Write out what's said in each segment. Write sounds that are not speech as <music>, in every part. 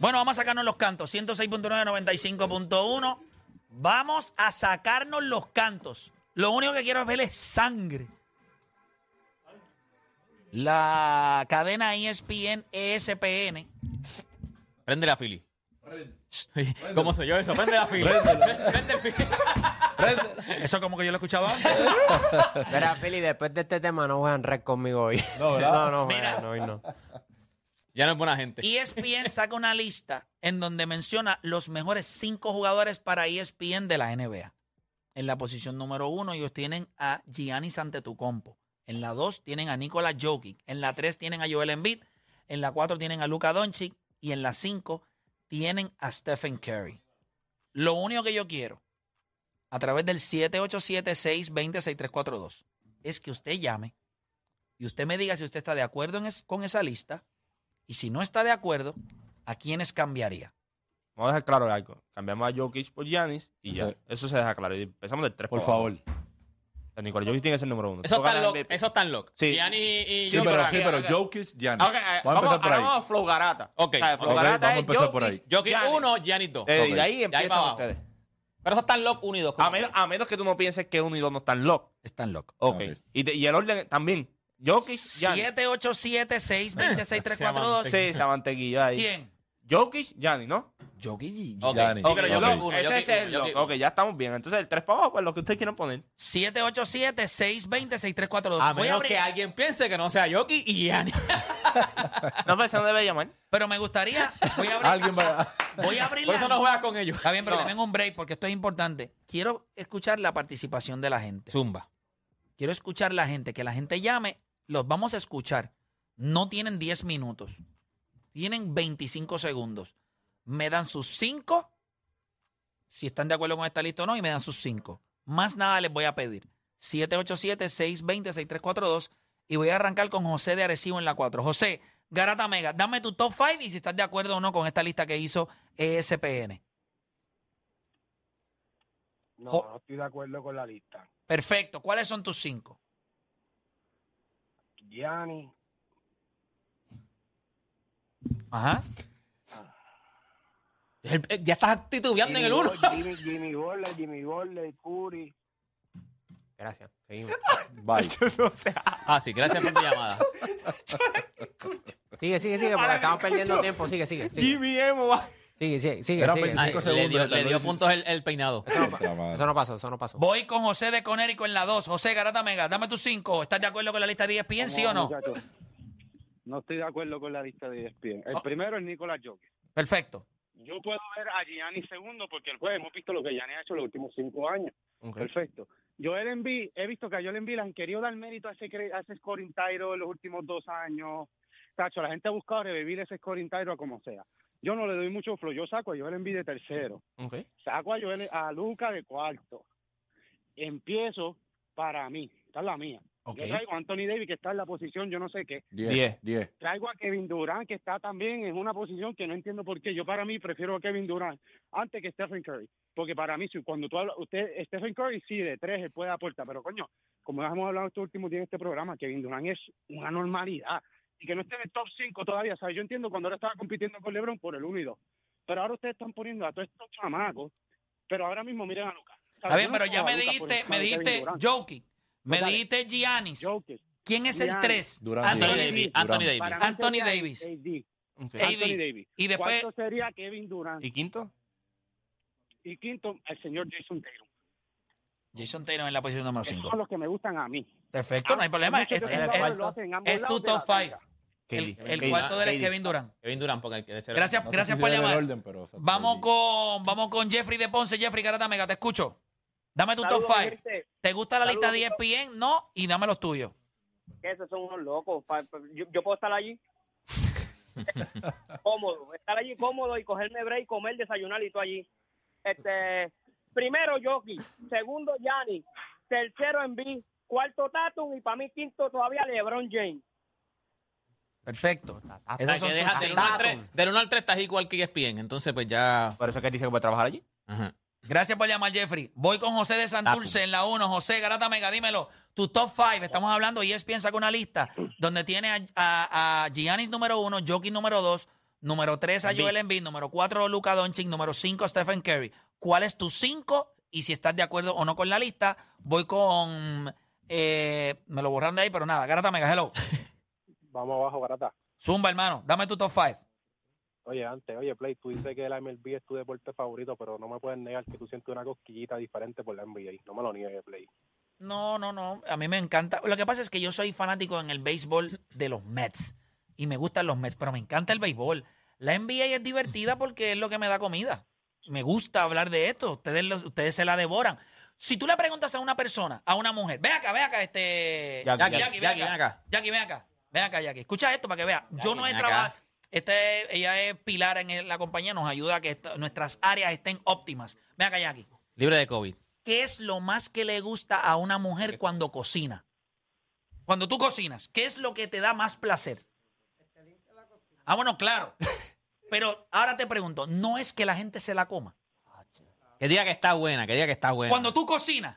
Bueno, vamos a sacarnos los cantos. 106.9, 95.1. Vamos a sacarnos los cantos. Lo único que quiero ver es sangre. La cadena E ESPN, ESPN. Prende la fili. <laughs> ¿Cómo soy yo eso? Prende la fili. <laughs> Prende el fili. Eso como que yo lo he escuchado antes. Mira, Philly, después de este tema no juegan red conmigo hoy. No, ¿verdad? No, no, Mira. juegan, hoy no. Ya no es buena gente. ESPN saca una lista en donde menciona los mejores cinco jugadores para E ESPN de la NBA. En la posición número uno, ellos tienen a Giannis Antetokounmpo. En la dos, tienen a Nikola Jokic. En la tres, tienen a Joel Embiid. En la cuatro, tienen a Luka Doncic. Y en la cinco, tienen a Stephen Curry. Lo único que yo quiero, a través del 787-620-6342, es que usted llame y usted me diga si usted está de acuerdo en es- con esa lista y si no está de acuerdo, ¿a quiénes cambiaría? Vamos a dejar claro algo. Cambiamos a Jokic por Giannis y ya. Sí. Eso se deja claro. Y empezamos del 3 Por favor. Nicolás Jokic tiene que ser el número uno. Eso Toca está la- loco. Eso está loco. Sí. Gianni y, y Sí, Yo pero, creo sí, que- pero Jokic, Giannis. Ok, eh, Vamos a empezar por ahora ahí. Vamos a Flow Garata. Ok, O sea, Flow ok, Garata vamos a es empezar por Jokic, ahí. Jokic Giannis. 1, Gianni 2. Eh, Ah, Ok. Y de ahí va empiezan abajo. ustedes. Pero eso están lock 1 y 2. A menos, a menos que tú no pienses que uno y dos no están lock. Están locos. Ok. Ok. Y, te- y el orden también. Jokic, Giannis. 787 Sea 626 Sí, esa mantequilla ahí. ¿Quién? Jokic, Giannis, ¿no? Jokic. Ok, Gianni. sí, pero yo creo Ok, lock. uno, yo Ese creo es el uno, yo lock. creo Ok, ya estamos bien. Entonces el 3 para abajo, pues lo que ustedes quieran poner. 787 620 uno. Ah, A menos que alguien piense que no sea Jokic y Gianni. No, pero eso no debe llamar. Pero me gustaría. Voy a abrir. Alguien va a... Voy a abrir Por la- eso no juegas con ellos. Está bien, pero No. tenemos un break porque esto es importante. Quiero escuchar la participación de la gente. Zumba. Quiero escuchar la gente. Que la gente llame. Los vamos a escuchar. No tienen 10 minutos. Tienen 25 segundos. Me dan sus 5. Si están de acuerdo con esta lista o no. Y me dan sus 5. Más nada les voy a pedir. 787-620-6342. Y voy a arrancar con José de Arecibo en la 4. José, Garata Mega, dame tu top 5 y si estás de acuerdo o no con esta lista que hizo E ESPN. No, Jo- no estoy de acuerdo con la lista. Perfecto. ¿Cuáles son tus cinco? Gianni, Ajá. El- eh, Ya estás titubeando en el 1. Butler, Jimmy, Jimmy Butler, Jimmy Butler, Curry. Gracias. Bye. Ah, sí, gracias por mi <laughs> llamada. Sigue, sigue, sigue, porque estamos perdiendo tiempo. Sigue, sigue, sigue. Jimmy Emo. va. Sigue, sigue, sigue. Eran sigue. 25 Ay, segundos. Le dio, tal le vez dio sí. puntos el, el peinado. Esa madre. Eso no pasó, eso no pasó. Voy con José de Conérico en la dos. José Garata Mega, dame tus cinco. ¿Estás de acuerdo con la lista de E ESPN, sí o no? muchachos, no estoy de acuerdo con la lista de E ESPN. El Oh. primero es Nicolás Jokic. Perfecto. Yo puedo ver a Gianni segundo porque el jueves hemos visto lo que Gianni ha hecho los últimos cinco años. Perfecto. Yo Embiid, he visto que a Joel Embiid le han querido dar mérito a ese, cre- a ese scoring title en los últimos dos años. Tacho, la gente ha buscado revivir ese scoring title a como sea. Yo no le doy mucho flow. Yo saco a Joel Embiid de tercero. Ok. saco a, Joel, a Luca de cuarto. Empiezo para mí, esta es la mía. Ok. Yo traigo a Anthony Davis, que está en la posición, yo no sé qué. <laughs> 10. Diez. 10. Traigo a Kevin Durant, que está también en una posición que no entiendo por qué. Yo para mí prefiero a Kevin Durant antes que Stephen Curry. Porque para mí, si- cuando tú hablas, usted, Stephen Curry sí, de tres, él puede aportar. Pero coño, como ya hemos hablado estos últimos días en este programa, Kevin Durant es una normalidad. Y que no esté en el top 5 todavía, ¿sabes? Yo entiendo cuando ahora estaba compitiendo con LeBron por el 1 y 2. Pero ahora ustedes están poniendo a todos estos chamacos. Pero ahora mismo miren a Lucas. Está bien, pero ya me dijiste, me dijiste Jokic, me Pues dale. dijiste Giannis. Jokic. ¿Quién es el Giannis. tres? Durant. Ah, Anthony Durant. Davis. Anthony Durant. Davis. Para mí Anthony sería Davis. AD. Ok. AD. Anthony Davis. Y después, Cuarto sería Kevin Durant. ¿Y quinto? Y quinto, el señor Jason Taylor. Jason Taylor en la posición número Esos cinco. son los que me gustan a mí. Perfecto, Ah, Ah, no hay problema. Este Muchos Es, de es- esos es- jugadores lo hacen en ambos es tu lados de la top five. liga. El, Kelly. el Kelly. cuarto del Kelly. Kevin Durant. Kevin Durant, porque el que le Gracias, No sé gracias si por era del llamar. orden, pero, o sea, Vamos está con, vamos con Jeffrey de Ponce. Jeffrey Garata Mega, te escucho. Dame tu top Saludos, five. gente. ¿Te gusta la lista Saludos, de E ESPN? No, y dame los tuyos. Esos son unos locos. Pa- pa- Yo, yo puedo estar allí. cómodo. Estar allí cómodo y cogerme break, comer, desayunar y todo allí. Este, primero Yoki, segundo Yanni, tercero Embiid, cuarto Tatum y para mí quinto todavía LeBron James. Perfecto. O sea, Esos son sus que deja- del seis. 1 al 3, del uno al tres estás igual que ESPN, entonces pues ya... Por eso es que dice que puede trabajar allí. Ajá. Gracias por llamar, Jeffrey. Voy con José de Santurce en la 1. José, Garata Mega, dímelo. Tu top 5. Estamos hablando y es piensa con una lista donde tiene a, a, a Giannis número 1, Jokic número 2, Número 3 a Embiid. Joel Embiid. Número 4 Luka Doncic. Número 5 Stephen Curry. ¿Cuál es tu 5? Y si estás de acuerdo o no con la lista, voy con... eh, me lo borraron de ahí, pero nada. Garata Mega, hello. Vamos abajo, barata. Zumba, hermano. Dame tu top 5. Oye, antes, oye, Play, tú dices que la MLB es tu deporte favorito, pero no me puedes negar que tú sientes una cosquillita diferente por la NBA. No me lo niegues, Play. No, no, no. A mí me encanta. Lo que pasa es que yo soy fanático en el béisbol de los Mets. Y me gustan los Mets, pero me encanta el béisbol. La NBA es divertida porque es lo que me da comida. Me gusta hablar de esto. Ustedes, los- ustedes se la devoran. Si tú le preguntas a una persona, a una mujer, ven acá, ven acá, este. Jackie, Jackie, Jackie, ven Jackie, ven acá. Jackie, ven acá. Ven acá, Jackie. Escucha esto para que vea. Yo Jackie, no he ven acá. trabajado. Esta es- ella es pilar en la compañía, nos ayuda a que esta- nuestras áreas estén óptimas. Ven acá, Jackie. Libre de COVID. ¿qué es lo más que le gusta a una mujer cuando cocina? Cuando tú cocinas, ¿qué es lo que te da más placer? Ah, bueno, claro. Pero ahora te pregunto, ¿no es que la gente se la coma? Que diga que está buena, que diga que está buena. Cuando tú cocinas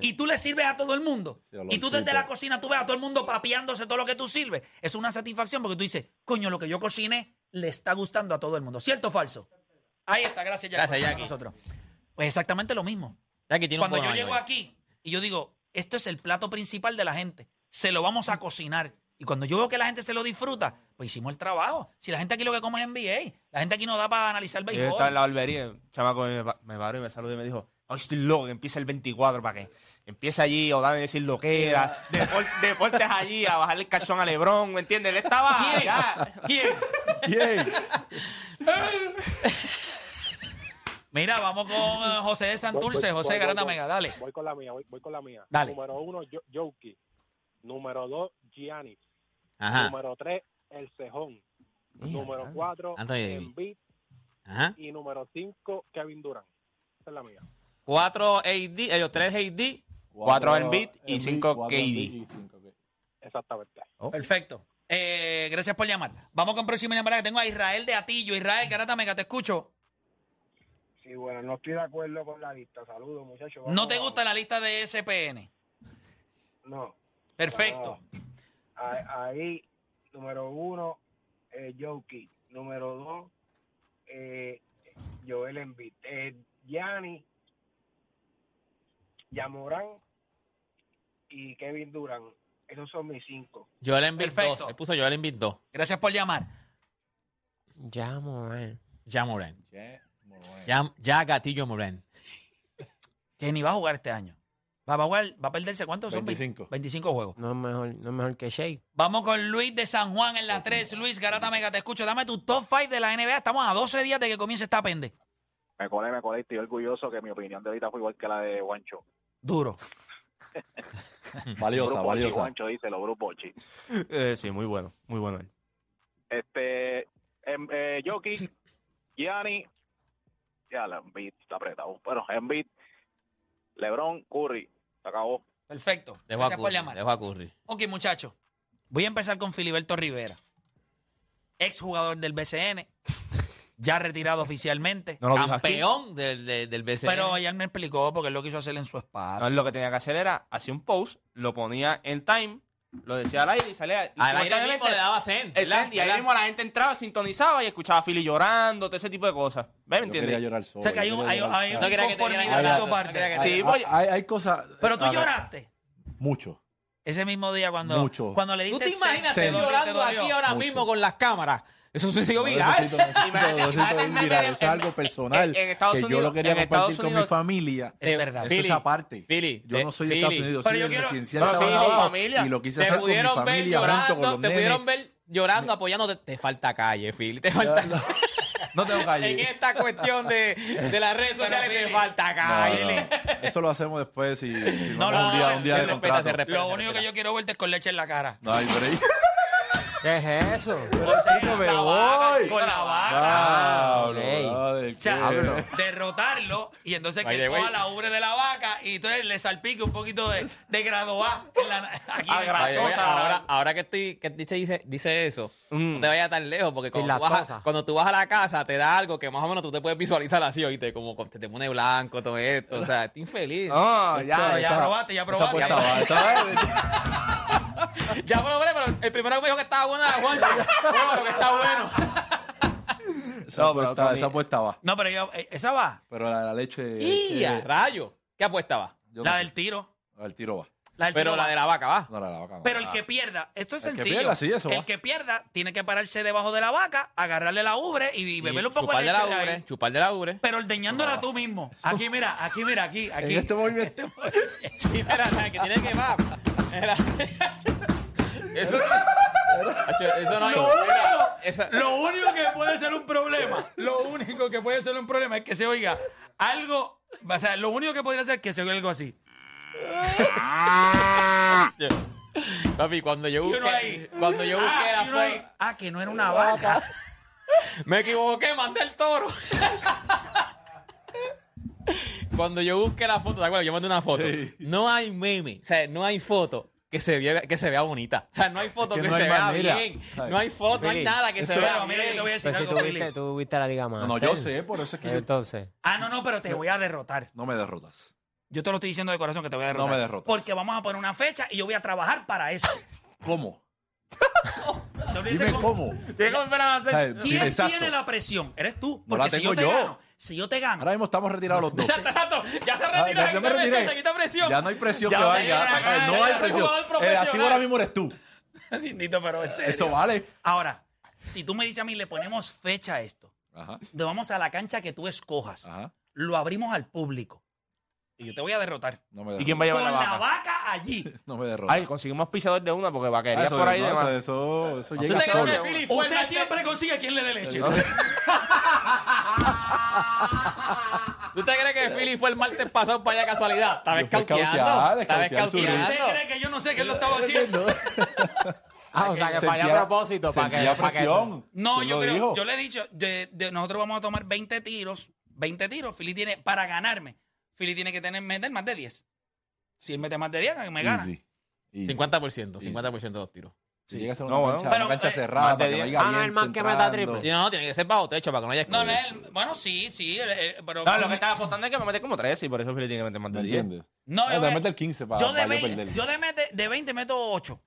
y tú le sirves a todo el mundo Sí, olorcito. y tú desde la cocina tú ves a todo el mundo papeándose todo lo que tú sirves, es una satisfacción porque tú dices, coño, lo que yo cocine le está gustando a todo el mundo. ¿Cierto o falso? Ahí está, gracias, Jackie. Gracias, por estar Jackie. con Nosotros. Pues exactamente lo mismo. Jackie tiene Cuando yo un bono ahí, llego oye. aquí y yo digo, esto es el plato principal de la gente, se lo vamos a cocinar. Y cuando yo veo que la gente se lo disfruta, pues hicimos el trabajo. Si la gente aquí lo que come es NBA, la gente aquí no da para analizar Yo estaba en <laughs> béisbol. la barbería, un chamaco me, pa- me paró y me saludó y me dijo, hoy estoy loco, que empieza el 24 para que empiece allí o dan a decir lo que era, depor- deportes allí, a bajarle el calzón a Lebrón, ¿me entiendes? Él <laughs> estaba allá. ¿Quién? Bien. Mira, vamos con eh, José de Santurce, José Garata Mega, dale. Voy con la mía, voy, voy con la mía. Dale. Número uno, Jo- Jokic. Número dos, Giannis. Ajá. Número tres, El Cejón. número cuatro, Anthony Davis. Embiid. Ajá. Y número cinco, Kevin Durant. Esa es la mía. 4 AD, ellos 3 AD. Cuatro en beat y en cinco cuatro en beat KD. y cinco KD. Exactamente. Oh. Perfecto. Eh, gracias por llamar. Vamos con próxima llamada que tengo a Israel de Atillo. Israel, Garata Mega, te escucho. Sí, bueno, no estoy de acuerdo con la lista. Saludos, muchachos. ¿No te gusta la lista de SPN? No. Perfecto. A- Ah, Ahí, número uno, eh, Jokic. Número dos, eh, Joel Embiid. Eh, Gianni, Yamorán y Kevin Durant. Esos son mis cinco. Joel Embiid Perfecto. 2. Él puso Joel Embiid 2. Gracias por llamar. Ya, man. Ya Moran. Yeah, Morant. Ya, ya Gatillo Moran. que ni va a jugar este año. Va, va a, jugar- va a perderse cuántos son 25. 25 juegos. No es mejor, no es mejor que Shea. Vamos con Luis de San Juan en la 3. Luis Garata Mega, te escucho. Dame tu top 5 de la NBA. Estamos a 12 días de que comience esta pende. Me colé, me colé, estoy orgulloso que mi opinión de ahorita fue igual que la de Juancho. Duro. Valiosa, Grupo Ochi, valiosa. Juancho dice, los grupos Ochi. Eh, sí, muy bueno, muy bueno él. Este, em, eh, Jokic, Gianni, ya, la Embiid está apretado. Bueno, Embiid, LeBron, Curry, se acabó. Perfecto. Dejo a Gracias por Curry. llamar. Dejo a Curry. Ok, muchachos. Voy a empezar con Filiberto Rivera. Ex jugador del BCN. Ya retirado oficialmente. No lo dijo aquí. Campeón del, del, del BCN. Pero eh, ayer me explicó porque él lo quiso hacer en su No, espacio. lo que tenía que hacer era hacía un post, lo ponía en time, lo decía al aire y salía. al aire mismo instantáneamente. le daba eh, zen. El ¿verdad? send, y ahí ¿verdad? mismo la gente entraba, sintonizaba y escuchaba a Philly llorando, todo ese tipo de cosas. ¿Ves? ¿Me Yo quería entiendes? llorar O solo. sea que hay yo un, quería hay, llorar hay solo. un No quería que te diera inconformidad de llorar, tu no parte. quería que te Sí, Hay- voy- hay, hay cosas. Pero tú a ver, lloraste. Mucho. Ese mismo día cuando, Mucho. cuando le ¿Tú diste te imaginas se- te te dolió, te llorando dolió. aquí ahora Mucho. mismo con las cámaras? Eso se siguió No, viral. <laughs> necesito- necesito- Imagínate- necesito imagínate un en medio- viral, Eso es algo en- personal. en Estados que yo Unidos- lo quería en compartir Estados con mi Unidos- familia. Es verdad. Eso Philly, es aparte. Philly, yo de- no soy de Estados Philly. Unidos, Pero soy yo de quiero- residencial Pero sí, Sabana con Baja, familia. Y lo quise Te hacer con mi pudieron ver familia, hablando con llorando, los te nenes. pudieron ver llorando, apoyándote. Te falta calle, Philly. Te falta No, <laughs> No <laughs> tengo En este calle. esta cuestión de, de las redes sociales te Philly, falta No, calle. no. Eso lo hacemos después si, si No, vamos no, un día, no, un día se de respeta, contrato. se respeta. Lo único que yo quiero verte es con leche en la cara. No, hay break. <laughs> ¿Qué es eso? Chico, me la vaga, voy. Con la vaga. Diablo, Ey. brother, O sea, qué- derrotarlo y entonces By que the way. coja la ubre de la vaca y entonces le salpique un poquito de, de grado A en la- aquí en el Oye, brazo. oye, ahora, ahora que estoy, que dice, dice, dice eso, Mm. no te vayas tan lejos, porque cuando, la tú vas a, tosa. cuando tú vas a la casa te da algo que más o menos tú te puedes visualizar así, oíste, como con- te, te pone blanco, todo esto, o sea, estoy infeliz. Ah. No, ya, Ya, ya. ya probaste, ya <laughs> Esa probaste. ya puerta probaste. va, ¿sabes? <laughs> Ya probé, pero el primero que me dijo que estaba bueno era Juan. Bueno, que está bueno. Esa, No, pero apuesta, Tony- esa apuesta va. No, pero yo, eh, esa va. Pero la, la leche. ¡Y a eh, rayo! ¿Qué apuesta va? yo la no del sé. tiro. La del tiro va. La del Pero tiro la va. de la vaca va. No, la de la vaca no. Pero el que pierda, esto es El que sencillo. pierda, sí, eso el va. que pierda tiene que pararse debajo de la vaca, agarrarle la ubre y, beberle un poco de chupar de leche. la de ahí. ubre, chupar de <laughs> la ubre. Pero ordeñándola tú mismo. Aquí, mira, aquí, mira, aquí, aquí. este movimiento. Sí, espera, nada, que tiene que va. Era- Eso, Hacho, eso no hay. Lo Mira, esa- Lo único que puede ser un problema, lo único que puede ser un problema es que se oiga algo, o sea, lo único que podría ser es que se oiga algo así. Papi, cuando yo uno busqué, ahí. cuando yo busqué Ah, la y uno ahí, foto, ah, que no era una vaca. me equivoqué, mandé el toro. <laughs> Cuando yo busqué la foto, ¿te acuerdas? Yo mandé una foto. No hay meme, o sea, no hay foto que se vea, que se vea bonita. O sea, no hay foto Es que, que no se hay vea manera. bien. Ay. No hay foto, no hay Feliz. nada que se Eso vea Pero mira, yo te voy a bien. decir Pero si algo, tú Fili. viste, tú viste la Liga No, más. no, yo sé, por eso es que yo- Entonces, Ah, no, no, pero te voy a derrotar. no me derrotas. Yo te lo estoy diciendo de corazón que te voy a derrotar. No me derrotas. Porque vamos a poner una fecha y yo voy a trabajar para <laughs> eso. ¿Cómo? Te lo dice Dime con- cómo. Ay, dime ¿Quién exacto. tiene la presión? Eres tú. No Porque la si yo tengo te yo. gano, si yo te gano, Ahora mismo estamos retirados los <laughs> dos. Exacto, ya se Ah, retiró, ya, se yo quita me presión, retiré. se quita presión. Ya no hay presión Ya que me valga. retiré acá, Eh, ya No hay soy presión. jugador El profesional. activo ahora mismo eres tú. <laughs> Bendito, pero en serio. Eso vale. Ahora, si tú me dices a mí, le ponemos fecha a esto, Ajá, nos vamos a la cancha que tú escojas, ajá. lo abrimos al público y yo te voy a derrotar. No me ¿Y quién derrotas. va a Con llevar la la vaca? vaca <laughs> allí. No me derrotas. Ay, conseguimos pisador de una porque Ah, vaquería eso, por ahí no, de eso, más. eso, eso llega ¿Usted cree solo. que Philly fue el Usted más- siempre consigue quien le dé leche. ¿Tú te crees que Philly fue el martes pasado para allá casualidad? Estaba Yo fui escauteando. escautear, Estaba escautear su ¿Usted escauteando. cree que yo no sé qué lo estaba haciendo? ah, o sea que fallé Sentía- a propósito para que. sentía para que- presión. No, ¿Quién yo lo creo, dijo? yo le he dicho, de- de- nosotros vamos a tomar 20 tiros, 20 tiros, Philly tiene, para ganarme, Philly tiene que tener, meter más de 10. Si él mete más de 10, me gana. Easy. Easy. 50%, 50% de los tiros. Si llega a ser una No, bueno. cancha, Pero, una cancha eh, cerrada, más para de que no diez. haya Ah, no, el viento man que meta entrando. triple. Sí, no, tiene que ser bajo techo para que no haya No, no, escudillas. él- bueno, sí, sí, él- él- pero... No, lo que estaba apostando es que me mete como 13 y por eso Fili tiene que meter más ¿Me de 10. entiendes? No, eh, Ah, yo, te me- mete el 15 para yo de, yo 20, perder. yo de, mete- de 20 meto 8.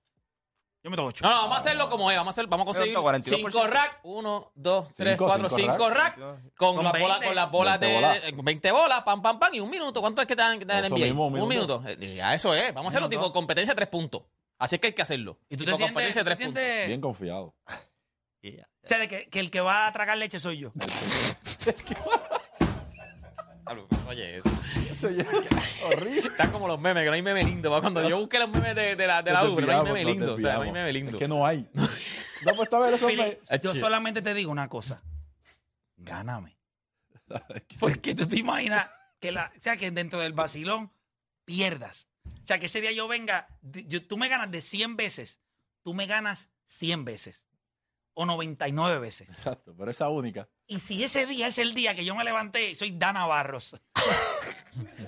Yo meto 8. No, no, vamos a hacerlo como es. Vamos a, hacer, vamos a conseguir Exacto, 42%. 5 rack. 1, 2, 3, Cinco, 4, cinco 5 rack. Con, Con las bolas, 20. con las bolas 20 de bolas. eh, 20 bolas, pam, pam, pam. Y un minuto. ¿Cuánto es que te dan, que te dan en Eso NBA? mismo, un un minuto. minuto. Eh, Ya, eso es. Vamos a hacerlo Minuto. tipo competencia de 3 puntos. Así es que hay que hacerlo. Y tú Tipo te sientes, competencia tú de te 3 puntos. sientes- Bien confiado. o sea, de que, que el que va a tragar leche soy yo. Claro, pues, Oye, eso. Eso ya horrible. Están como los memes, que no hay meme lindo. pa. Cuando yo busqué los memes de, de la, de la Nos Uber, no hay desviamos, meme nos lindo. O sea, no hay desviamos. meme lindo. Es que <laughs> no hay. No, pues está bien, eso Philly, me... yo Achí. solamente te digo una cosa. <laughs> Gáname. Porque tú te imaginas que la, o sea, que dentro del vacilón pierdas. O sea, que ese día yo venga, di- yo- tú me ganas de 100 veces, tú me ganas 100 veces o 99 veces. Exacto, pero esa única, Y si ese día es el día que yo me levanté, soy Dana Barros.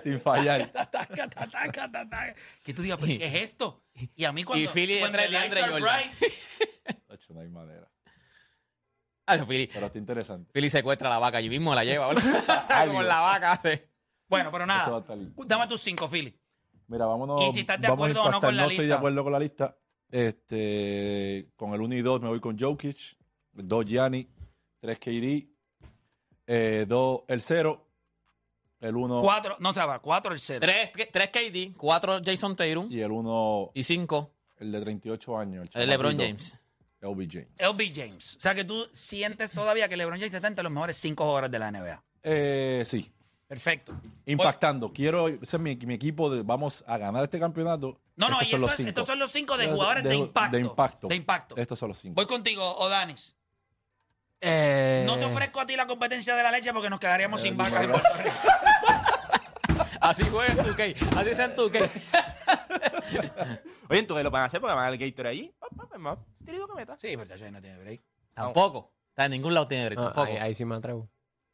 sin fallar. Taca, ta, taca, ta, taca. <laughs> Que tú digas, "¿Pero ¿qué es esto? Y a mí cuando... Y Philly cuando entra el Eliza DeAndre Jordan. Wright- Ocho, no hay manera. Ah, Philly, Pero está interesante. Philly secuestra a la vaca, allí mismo la lleva. <laughs> ¿verdad? O sea, Algo. Con la vaca hace. Bueno, pero Eso va a nada. estar- Dame tus cinco, Philly. Mira, vámonos. Y si estás de vamos a acuerdo o no impactar. con la estoy de lista. acuerdo con la lista. Este, con el 1 y 2 me voy con Jokic, 2 Gianni, 3 KD, 2 eh, el 0, el 1 Cuatro, no se va, cuatro el cero. 3 KD, 4 Jason Tatum y el 1 y 5 el el de 38 años, el LeBron chamacito, James. LB James. LB James. O sea que tú sientes todavía que LeBron James está entre los mejores cinco jugadores de la NBA. Eh, sí, Perfecto. impactando. Quiero, ese es mi, mi equipo de vamos a ganar este campeonato. No, no, Estos y esto son los es- cinco. estos son los cinco de jugadores de, impacto. De impacto. De impacto. Estos son los 5. Voy contigo, Odanis. Eh, No te ofrezco a ti la competencia de la leche porque nos Eh, quedaríamos sin vacas. en no, no. Puerto Rico. Así juega en 2K, así es en 2K. Oye, ¿tú qué lo van a hacer? Porque van al Gatorade allí. Pa, pa, pa, más tirido que meta. Sí, pero ya yo no tiene break. Tampoco. O sea, en ningún lado tiene derecho, ah, tampoco. ahí, ahí sí me atrevo.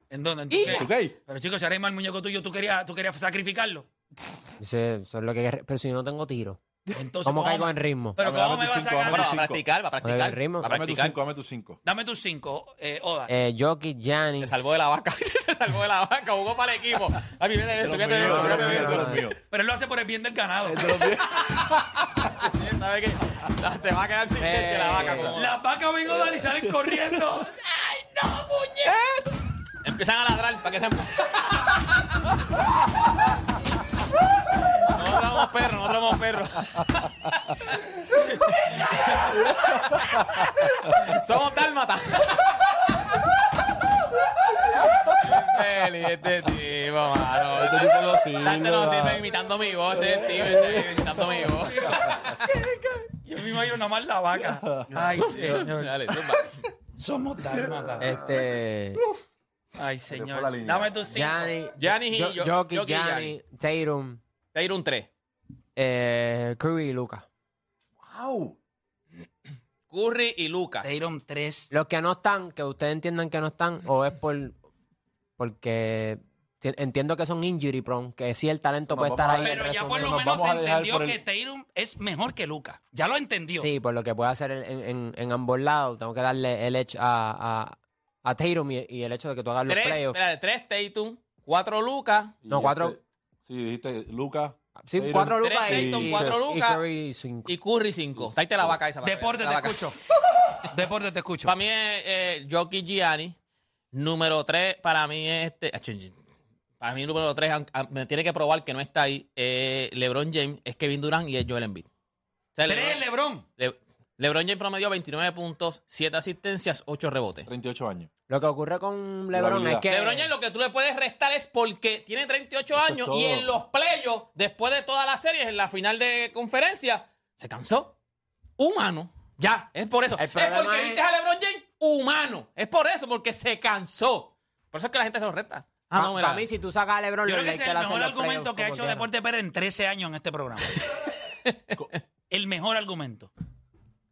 ¿En dónde? ¿En tu Y- qué? ¿Ok? Pero chicos, si ahora mismo el muñeco tuyo, tú querías, tú querías sacrificarlo. Dice, eso es lo que. Pero si no tengo tiro, Entonces, ¿cómo caigo en ritmo? Pero Dame- dame ¿cómo me tus vas a cinco, dame Bueno, ganar? va a cinco. practicar, va a Con el practicar. ritmo. Va a Dame tus practicar. 5, dame tus 5. Dame tus cinco, eh, Oda. Eh, Jokic, Te Giannis. salvó de la vaca, <laughs> te salvó de la vaca, jugó para el equipo. A mí, vete de eso, vete de eso, vete de eso. Pero él lo hace por el bien del ganado. ¿Sabe qué? La- Se va a quedar sin leche la vaca. como- Las vacas ven a Odanis y salen corriendo. ¡Ay, no, muñeco! Empiezan a ladrar para que sean. Nosotros somos perros, nosotros somos perros. somos dálmatas. Feliz este tipo, mano. Este tipo lo La gente no silba. sirve imitando mi voz, ese tipo ese, imitando mi voz. Yo me imagino una más la vaca. Ay, señor. Dale, zumba. Somos dálmatas. Este. Ay, por la señor. línea. Dame tus cinco. Gianni. Gianni, Jo- yo- Jokic, Jokic, Gianni, Tatum, Te ir un 3. eh, Curry y Luca. ¡Wow! Curry y Lucas. Te dieron tres. Los que no están, que ustedes entiendan que no están, o es por. Porque ti- entiendo que son injury prone, que sí el talento Nos puede estar vamos a- ahí. en Pero ya resumen. por lo nos menos vamos a dejar entendió por el- que Tatum es mejor que Luca. Ya lo entendió. Sí, por lo que puede hacer en, en- en ambos lados, tengo que darle el edge a, a, a Tatum y, y el hecho de que tú hagas los 3, playoffs. espérate, 3 Tatum, 4 Lucas. No, cuatro. sí, dijiste Lucas. Sí, Tatum, cuatro Tres lucas y, Tatum, y, cuatro y Luka. Curry cinco. Y Curry 5. Tráete la vaca esa. para Deporte, que- la te vaca. escucho. Deporte, te escucho. Para mí es eh, Jockey Gianni. Número 3, para mí es este. Ach, Para mí, número 3, me tiene que probar que no está ahí. eh, LeBron James es Kevin Durant y es Joel Embiid. O sea, Tres, LeBron, Lebron. Le- LeBron James promedió 29 puntos, 7 asistencias, 8 rebotes. 38 <laughs> años. Lo que ocurre con LeBron es Probabilidad. que LeBron James lo que tú le puedes restar es porque tiene 38 Eso es años todo. y en los playoffs, después de todas las series, en la final de conferencia, se cansó. Humano. Ya, es por eso. El Es problema porque es- viste a LeBron James humano. Es por eso, porque se cansó. Por eso es que la gente se lo resta. Ah, no, mira. para mí si tú sacas a LeBron Yo creo los que ese es Lakers el hacen mejor los argumento playoffs que ha como hecho quieran. Deporte Pérez en 13 años en este <laughs> programa. el mejor argumento.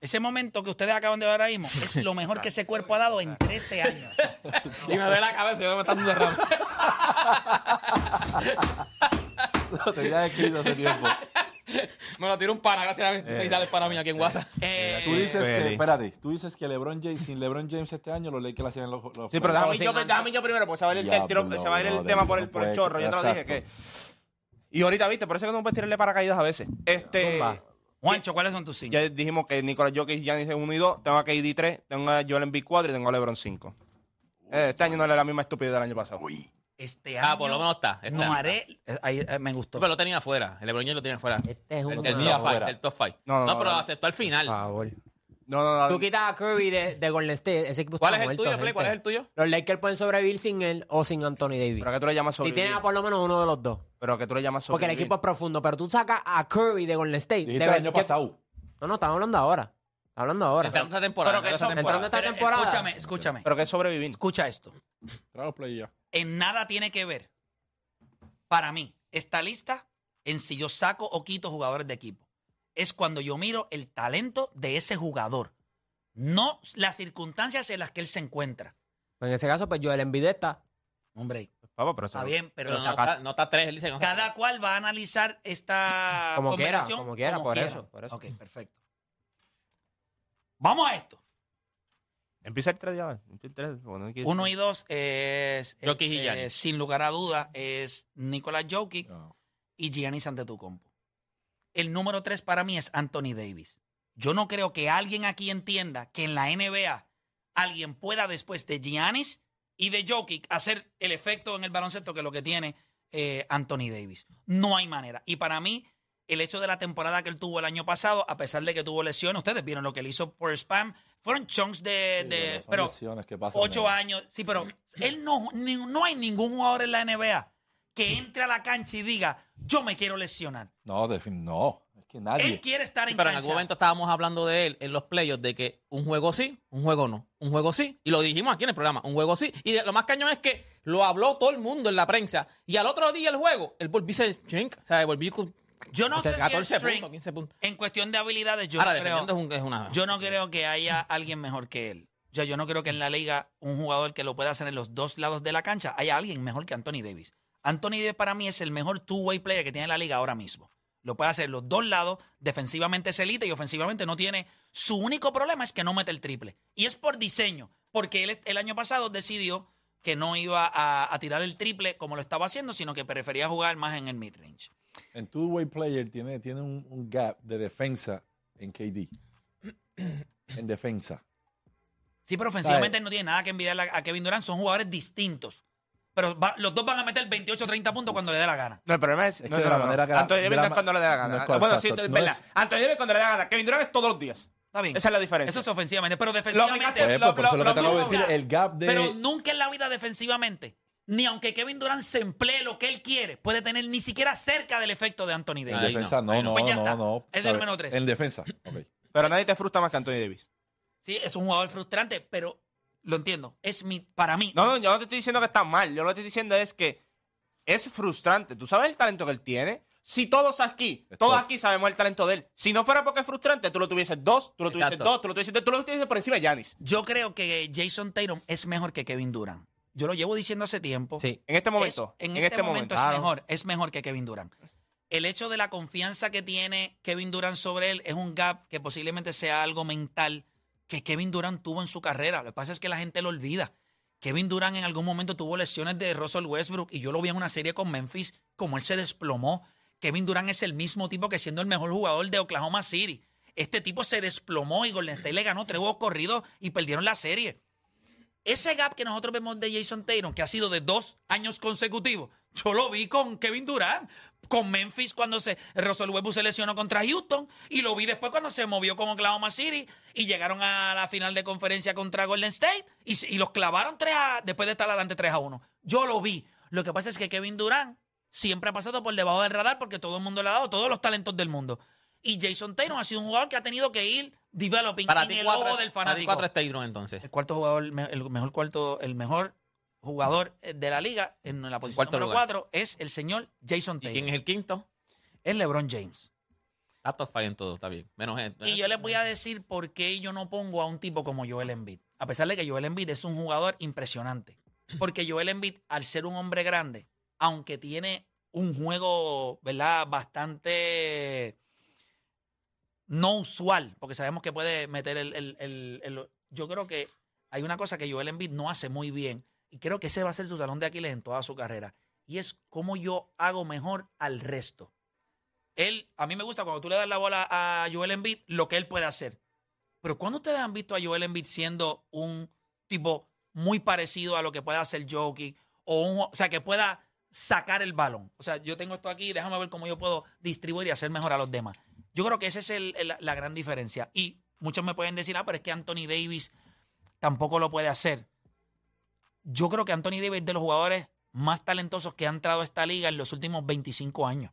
Ese momento que ustedes acaban de ver ahora mismo es lo mejor que ese cuerpo ha dado en 13 años. Y me duele la cabeza, yo me está dando un <laughs> derrame. Lo tenía escrito <laughs> hace tiempo. Me lo tiro un pana, gracias a Eh, Felicidades para mí aquí en WhatsApp. Eh, Tú dices que, Feli. espérate, tú dices que LeBron James, sin LeBron James este año, los Lakers hacían los, los Sí, pero déjame, Pero yo, sin déjame yo primero, porque se va a ir el, el tiro- Diablo, se va a ir el brother, tema por el, no por el puede- chorro. Yo te lo dije que. exacto. Y ahorita, viste, por eso que no puedes tirarle paracaídas a veces. Este. Zumba. Juancho, ¿cuáles son tus cinco? Ya dijimos que Nicolás Jokic ya dice 1 y 2. Tengo a KD 3, tengo a Joel Embiid 4 y tengo a LeBron 5. Este año no era la misma estupidez del año pasado. Este eh, año Ah, por lo menos está. está. no haré. eh, ahí, eh, me gustó. Pero lo tenía afuera. El LeBron James lo tenía afuera. Este es El, un el tenía top por afuera. five, el top five. No, no, No, no, pero no. Ah. aceptó al final. favor. No, no, no. Tú quitas a Curry de, de Golden State, ese equipo ¿Cuál es está el muerto, tuyo, Play? ¿Cuál es gente. el tuyo? Los Lakers pueden sobrevivir sin él o sin Anthony Davis. Pero que tú le llamas Si sobrevivir. tienes a por lo menos uno de los dos. Pero que tú le llamas Porque el sobrevivir. equipo es profundo, pero tú sacas a Curry de Golden State. Dijiste de el ver- año ¿qué- pasado. No, no, estamos hablando ahora. Estamos hablando ahora. Entrando esta temporada. Pero que entrando esta son- temporada. Entrando esta Pero, eh, temporada. Escúchame, escúchame. Pero que es sobrevivir. Escucha esto. Trae los play ya. En nada tiene que ver, para mí, esta lista en si yo saco o quito jugadores de equipo. Es cuando yo miro el talento de ese jugador, no las circunstancias en las que él se encuentra. Pues en ese caso, pues Joel Embiid está. Hombre, Papá, pero eso- está bien, pero, Pero no, está, no está tres, él dice que no está cada cual va a analizar esta Como quiera, combinación como quiera, por eso, por eso. Ok, perfecto. Vamos a esto. Empieza el 3 ya. empieza el tres, porque no hay que- Uno y dos es, Jokic y eh, Giannis. sin lugar a duda, es Nicolás Jokic. No. y Giannis Antetokounmpo. El número tres para mí es Anthony Davis. Yo no creo que alguien aquí entienda que en la NBA alguien pueda después de Giannis y de Jokic hacer el efecto en el baloncesto que lo que tiene eh, Anthony Davis. No hay manera. Y para mí, el hecho de la temporada que él tuvo el año pasado, a pesar de que tuvo lesiones, ustedes vieron lo que él hizo por spam, fueron chunks de... Sí, Eh, de- pero son pero lesiones que pasan, ocho ¿no? años. Sí, pero él no, ni- no hay ningún jugador en la NBA que entre a la cancha y diga, yo me quiero lesionar. No, de fin, no. Es que Él nadie. quiere estar Sí, en pero en cancha. algún momento estábamos hablando de él en los playoffs de que un juego sí, un juego no, un juego sí. Y lo dijimos aquí en el programa, un juego sí. Y de- lo más cañón es que lo habló todo el mundo en la prensa. Y al otro día el juego, él volvió se shrink, o sea, volvió con yo no o sea, sé si el 14 string, puntos, 15 puntos. en cuestión de habilidades, yo Ahora, no creo, defendiendo es, un- es una... yo no creo que haya alguien mejor que él. O sea, yo no creo que en la liga un jugador que lo pueda hacer en los dos lados de la cancha haya alguien mejor que Anthony Davis. Anthony Davis para mí es el mejor two-way player que tiene la liga ahora mismo. Lo puede hacer en los dos lados, defensivamente es elite y ofensivamente no tiene. Su único problema es que no mete el triple. Y es por diseño, porque él el año pasado decidió que no iba a, a tirar el triple como lo estaba haciendo, sino que prefería jugar más en el midrange. En two-way player tiene, tiene un, un gap de defensa <coughs> en KD. en defensa. Sí, pero ofensivamente ¿Sabes? no tiene nada que envidiar a Kevin Durant. Son jugadores distintos. Pero va- los dos van a meter 28 o 30 puntos cuando le dé la gana. No, el problema es. Es no, no, que de la no, no. manera que la- Anthony de Davis la no es ma- cuando le dé la no es gana. cuando- bueno, sí, exacto, es no verdad. es- Anthony Davis cuando le dé la gana. Kevin Durant es todos los días. Está bien. Esa es la diferencia. Eso es ofensivamente. Pero Lógicamente, defensivamente. Pues, lo- por eso lo- lo que lo te acabo de mismo- decir, el gap de. Pero nunca en la vida defensivamente, ni aunque Kevin Durant se emplee lo que él quiere, puede tener ni siquiera cerca del efecto de Anthony en Davis. Ahí defensa, no, no, ahí no, no. no. Pues ya está. no, Es del ¿sabes? menos tres. En defensa. ok. Pero nadie te frustra más que Anthony Davis. Sí, es un jugador frustrante, pero lo entiendo. Es mi, para mí. No, no, yo no te estoy diciendo que está mal. Yo lo que estoy diciendo es que es frustrante. ¿Tú sabes el talento que él tiene? Si todos aquí, Exacto. todos aquí sabemos el talento de él. Si no fuera porque es frustrante, tú lo tuvieses dos, tú lo tuvieses Exacto. dos, tú lo tuvieses tres, tú lo tuvieses por encima de Yanis. Yo creo que Jason Tatum es mejor que Kevin Durant. Yo lo llevo diciendo hace tiempo. Sí. En este momento. Es- en, este, momento, es Claro. mejor, es mejor que Kevin Durant. El hecho de la confianza que tiene Kevin Durant sobre él es un gap que posiblemente sea algo mental que Kevin Durant tuvo en su carrera. Lo que pasa es que la gente lo olvida. Kevin Durant en algún momento tuvo lesiones de Russell Westbrook y yo lo vi en una serie con Memphis, como él se desplomó. Kevin Durant es el mismo tipo que siendo el mejor jugador de Oklahoma City. Este tipo se desplomó y Golden State le ganó tres juegos corridos y perdieron la serie. Ese gap que nosotros vemos de Jason Tatum, que ha sido de dos años consecutivos, yo lo vi con Kevin Durant, con Memphis cuando se Russell Westbrook se lesionó contra Houston y lo vi después cuando se movió con Oklahoma City y llegaron a la final de conferencia contra Golden State y, se- y los clavaron tres a, después de estar adelante 3 a 1. Yo lo vi. Lo que pasa es que Kevin Durant siempre ha pasado por debajo del radar porque todo el mundo le ha dado todos los talentos del mundo. Y Jason Tatum ha sido un jugador que ha tenido que ir developing Para en ti el cuatro, ojo del para ti fanático. cuatro es Tatum, entonces. El cuarto jugador, me- el mejor cuarto, el mejor jugador eh, de la liga en la posición cuarto número lugar. 4 es el señor Jason ¿Y Taylor. quién es el quinto? LeBron James. Está top five en todo, está bien. Menos él. Y yo les voy a decir por qué yo no pongo a un tipo como Joel Embiid. A pesar de que Joel Embiid es un jugador impresionante. Porque Joel Embiid, al ser un hombre grande, aunque tiene un juego, ¿verdad? Bastante no usual, porque sabemos que puede meter el, el- el- el- Yo creo que hay una cosa que Joel Embiid no hace muy bien, y creo que ese va a ser su salón de Aquiles en toda su carrera, y es cómo yo hago mejor al resto. Él, a mí me gusta cuando tú le das la bola a Joel Embiid, lo que él puede hacer. Pero cuando ustedes han visto a Joel Embiid siendo un tipo muy parecido a lo que puede hacer Jokic o un, o sea, que pueda sacar el balón. O sea, yo tengo esto aquí, déjame ver cómo yo puedo distribuir y hacer mejor a los demás. Yo creo que esa es el- el- la gran diferencia. Y muchos me pueden decir, ah, pero es que Anthony Davis tampoco lo puede hacer. Yo creo que Anthony Davis es de los jugadores más talentosos que han entrado a esta liga en los últimos 25 años.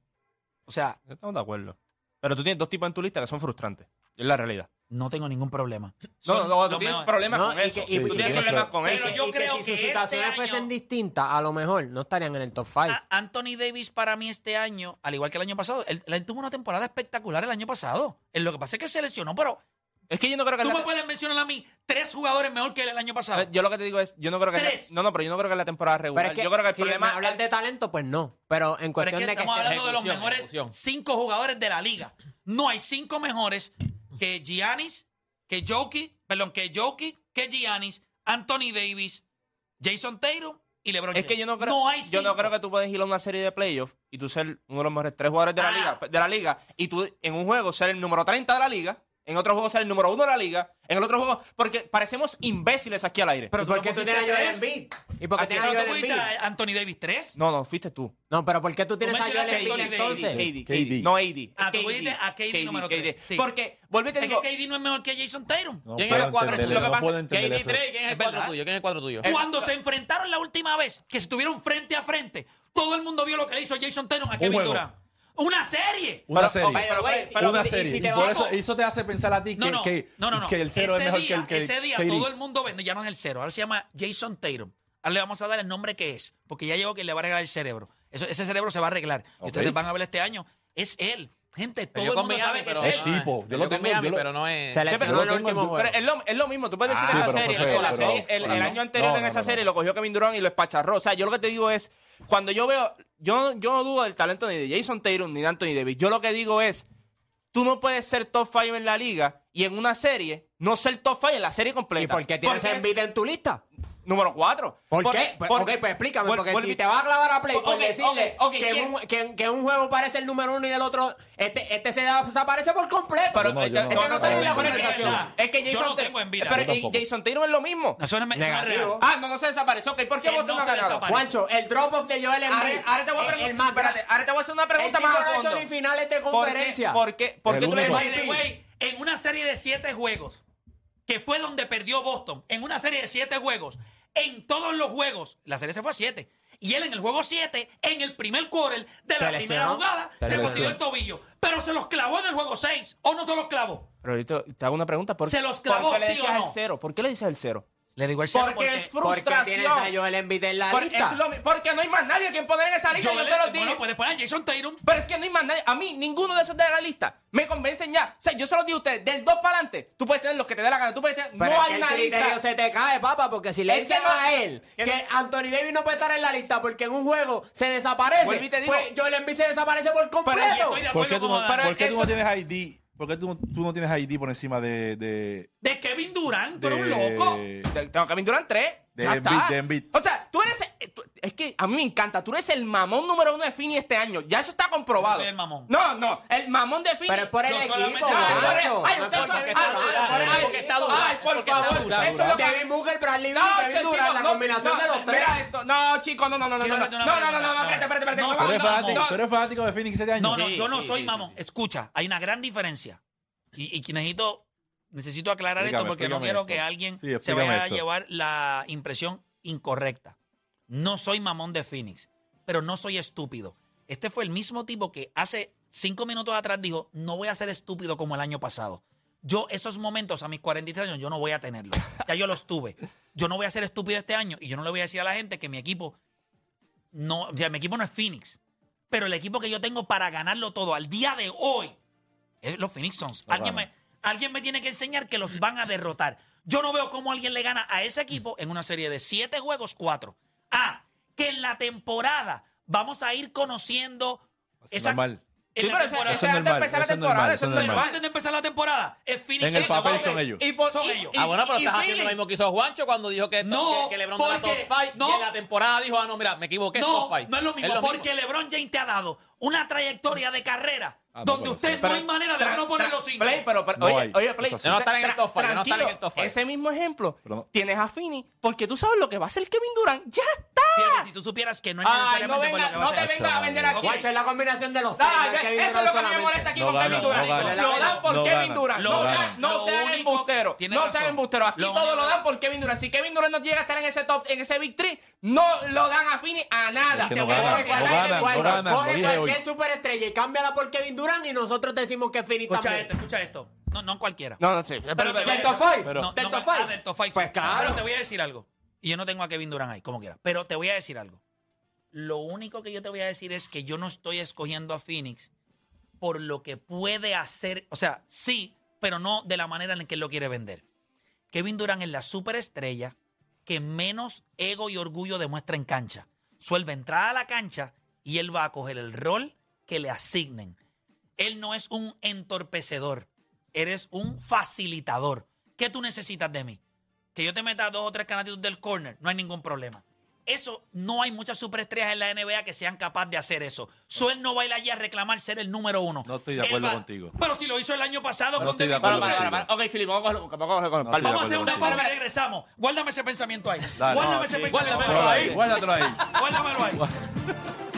O sea, Estamos de acuerdo. Pero tú tienes dos tipos en tu lista que son frustrantes. Es la realidad. no tengo ningún problema. No, Son no, no, tú los tienes mejores. problemas No, con y pues, eso. que- y- tú y- tienes y- problemas con pero eso. yo Y creo si que sus este situaciones año- Ah, fuesen distintas, a lo mejor no estarían en el top 5. A- Anthony Davis para mí este año, al igual que el año pasado, él, él tuvo una temporada espectacular el año pasado. Eh, Lo que pasa es que se lesionó, pero Es que yo no creo que tú la- me puedes mencionar a mí tres jugadores mejor que él el año pasado. Yo lo que te digo es, yo no creo que Tres. no, no, pero yo no creo que en la temporada Pero regular. es que yo creo que el si problema me hablas de talento, pues no. Pero en pero es que cuestión de que este estamos hablando de los ejecución, mejores ejecución. cinco jugadores de la liga. No hay cinco mejores que Giannis, que Jokic, perdón, que Jokic, que Giannis, Anthony Davis, Jason Tatum y LeBron Es que James. yo no creo, hay yo no cinco. creo que tú puedes ir a una serie de playoffs y tú ser uno de los mejores tres jugadores de la Ah. liga, de la liga y tú en un juego ser el número 30 de la liga, en otro juego ser el número uno de la liga, en el otro juego porque parecemos imbéciles aquí al aire. Pero ¿Y por qué no tú tienes a Joel pusiste tres? Embiid? ¿Y por qué Pero tienes a ¿A quién tú Joel pusiste Embiid? a Anthony Davis tres. no, no, fuiste tú. No, pero ¿por qué tú tienes a Joel mencionaste Embiid a Anthony Davis. entonces? KD, KD. KD, no AD. Ah, tú dijiste a KD número tres, sí. Porque vuelve y te Es que digo, KD no es mejor que Jason Tatum. No ¿Quién es puedo el cuatro? entenderle, Lo que no pasa puedo es que entender hay eso. tres, ¿quién es el Es verdad. cuatro tuyo? ¿Quién es el cuatro tuyo? Cuando se enfrentaron la última vez, que estuvieron frente a frente, todo el mundo vio lo que le hizo Jason Tatum a Kevin juego. Durant. Una serie. Una Pero- serie. ok, pero güey, si- pero una si- y serie. si te Por vas eso, con- eso te hace pensar a ti que, No, no, que, no, no, no. que el cero ese es mejor día, que el que Ese día KD. todo el mundo vende, ya no es el cero, ahora se llama Jason Tatum. Ahora le vamos a dar el nombre que es, porque ya llegó que le va a arreglar el cerebro. Eso- ese cerebro se va a arreglar. Y Ok. ustedes van a ver este año, es él. Gente, todo Pero el yo con mundo Miami, sabe que pero... es El él. no, tipo, yo pero lo con tengo, Miami, yo lo- pero no es... Se pero- lesionó en el yo tengo- último yo- Pero juego. es lo, es lo mismo, tú puedes decir Ah, que la pero fue serie. feo, en la pero- serie, el, pero el no. año anterior No, en no, esa no, serie no. lo cogió Kevin Durant y lo espacharró. O sea, yo lo que te digo es, cuando yo veo, yo no, yo no dudo del talento ni de Jason Tatum ni de Anthony Davis. Yo lo que digo es, tú no puedes ser top 5 en la liga y en una serie no ser top 5 en la serie ¿Y completa. por qué tienes a Porque es- Embiid en tu lista? número 4. ¿Por, qué? Pues, ok, pues explícame, porque si te vas a clavar a Play por decirle que, un, que- que un juego parece el número uno y el otro, este, este se desaparece por completo. Pero no, yo este- no. este No, tiene no, la no, no, conversación. no. Es que Yo Jason no Te- tengo en vida. Pero Yo y tampoco. Jason Taylor es lo mismo. No, eso no es- no es real. Ah, no, no se desapareció. Ok, ¿Por qué Que vos te no vas se a ganar? desapareció. Juancho, el drop off de Joel Ahora, Embiid. ahora te voy a es preguntar. El más espérate, grande. ahora te voy a hacer una El pregunta tipo más no a ha hecho fondo. ni finales de ¿Por qué- conferencia. ¿Por qué, por El qué tú le único. By dices the way, en una serie de siete juegos, que fue donde perdió Boston, en una serie de siete juegos, en todos los juegos, la serie se fue a siete. Y él en el juego 7, en el primer quarter de Se la primera lesionó. jugada, Se se lesionó. fastidió el tobillo. Pero se los clavó en el juego 6, ¿o no se los clavó? Pero yo te, te hago una pregunta. ¿por, ¿Se los por clavó, qué le sí dices o al no? cero? ¿Por qué le dices al cero? Le digo el Porque, es Porque tienes a frustración. Joel Embiid en la Por- lista. es lo mi- porque no hay más nadie que poner en esa lista. Yo, se los dije. Bueno, pues después a Jason Tatum. Pero es que no hay más nadie. A mí, ninguno de esos de la lista me convencen ya. O sea, yo se los digo a ustedes, del 2 para adelante, tú puedes tener los que te dé la gana. Tú puedes tener. Pero no es hay que una el criterio lista. se te cae, papá, porque si le Es que dicen no- a él que que, no- Anthony Davis no puede estar en la lista porque en un juego se desaparece, Vuelvo y te digo- pues Joel Embiid se desaparece por completo. Pero yo de estoy ¿Por acuerdo qué tú con no, Adán. por qué tú eso- no tienes ID? ¿Por qué tú, no- tú no tienes ID por encima de. de, De Kevin Durant, de pero un loco. Te- Tengo que Durant 3. De Embiid, de Embiid. O sea, tú eres. eh, tú- es que a mí me encanta. Tú eres el mamón número uno de Fini este año. Ya eso está comprobado. Yo soy el mamón. No, no. El mamón de Fini. Pero es por el Yo equipo, solamente- Ay, macho. ay, Ah, No ustedes es porque son- está ay, duro, ay, por el ay, equipo. está duro. Ay, por Porque está favor. duro, Eso es lo que Kevin Booker, Bradley Beal, No, Kevin chicos, Durant, la no, combinación no, de los tres. mira esto. No, chicos, no, no, no, no, no, Quiero no, no, hacerte una no, no, no, pregunta. no, espérate, espérate, espérate. No, Tú No, eres no, fanático, no. tú eres fanático de Phoenix este año. No, no, Sí, yo no sí, soy sí, mamón. Escucha, hay una gran diferencia. Y, y que necesito, necesito aclarar Explícame, esto porque no explícame quiero esto. que alguien Sí, se explícame vaya a esto. llevar la impresión incorrecta. No soy mamón de Phoenix, pero no soy estúpido. Este fue el mismo tipo que hace cinco minutos atrás dijo, no voy a ser estúpido como el año pasado. Yo esos momentos a mis 43 años yo no voy a tenerlos. Ya yo los tuve. Yo no voy a ser estúpido este año y yo no le voy a decir a la gente que mi equipo no, o sea, mi equipo no es Phoenix, pero el equipo que yo tengo para ganarlo todo al día de hoy es los Phoenix Suns. No alguien, me, ganan. alguien me tiene que enseñar que los van a derrotar. Yo no veo cómo alguien le gana a ese equipo en una serie de siete juegos, cuatro. Ah, que en la temporada vamos a ir conociendo Así esa. normal. en Sí, la pero ese- temporada. ese es antes de normal, empezar la eso es temporada, eso normal, es eso es Pero normal. antes de empezar la temporada, es Phoenix. En el Suns. papel son Ok. ellos. Y por- Son y- ellos. y- Ah, bueno, pero y estás haciendo lo Phoenix- mismo que hizo Juancho cuando dijo que, No, que, que LeBron no era top porque- 5 y no. en la temporada dijo, ah, no, mira, me equivoqué, No, top 5. no es lo mismo, porque LeBron James te ha dado una trayectoria de carrera Ah, no, donde pero usted sí. no hay manera de Tra- no poner tra- los cinco. Play, pero, pero- No oye, hay. oye, Play. Eso sí. tra- No están en el tra- top five, no están en el tranquilo, top five. Ese mismo ejemplo. Pero no- Tienes a Fini, porque tú sabes lo que va a hacer Kevin Durant. ¡Ya está! Fíjate, si tú supieras que no es Ah. Ay, no necesariamente por lo venga, que va no a te hacer. vengas a vender aquí. Guacho, es la combinación de los tres. Ah, el ya- Kevin eso es Durant lo que a mí me solamente. molesta aquí No con gana, Kevin no Durant. gana. lo dan por No Kevin gana, Durant. no No, gana. sean, no Lo sean único- embusteros. tiene No razón. sean embusteros. Aquí Lo todo único- lo dan por Kevin Durant. Si Kevin Durant no llega a estar en ese top, en ese Big Three, no lo dan a Fini a nada. Es que no Te voy a gana, decir, no ahí gana, te no guardo. gana. lo Coge dije cualquier hoy. superestrella y cámbiala por Kevin Durant y nosotros decimos que es Fini Escucha también. esto, escucha esto. No, no cualquiera. No, no sé. Pero te voy a- ¿Del top five? No, no, ¿Del top ah, five? del top five, Pues sí. claro. Pero te voy a decir algo. Y yo no tengo a Kevin Durant ahí, como quiera. Pero te voy a decir algo. Lo único que yo te voy a decir es que yo no estoy escogiendo a Phoenix por lo que puede hacer. O sea, sí, pero no de la manera en la que él lo quiere vender. Kevin Durant es la superestrella que menos ego y orgullo demuestra en cancha. Suelve entrar a la cancha y él va a coger el rol que le asignen. Él no es un entorpecedor, eres un facilitador. ¿Qué tú necesitas de mí? Que yo te meta dos o tres canatitos del corner, no hay ningún problema. Eso no hay muchas superestrellas en la NBA que sean capaces de hacer eso. So él no va a ir allí a reclamar ser el número uno. No estoy de Él acuerdo va- contigo. Pero si lo hizo el año pasado No con estoy de Devin acuerdo Booker. contigo. Ok, Filipe, vamos a cogerlo- vamos a cogerlo con No palma. estoy Vamos a hacer acuerdo una contigo. pausa y regresamos. Guárdame ese pensamiento ahí. Dale. Guárdame No, ese sí. pensamiento Guárdatelo ahí. ahí, guárdatelo ahí. Guárdamelo ahí.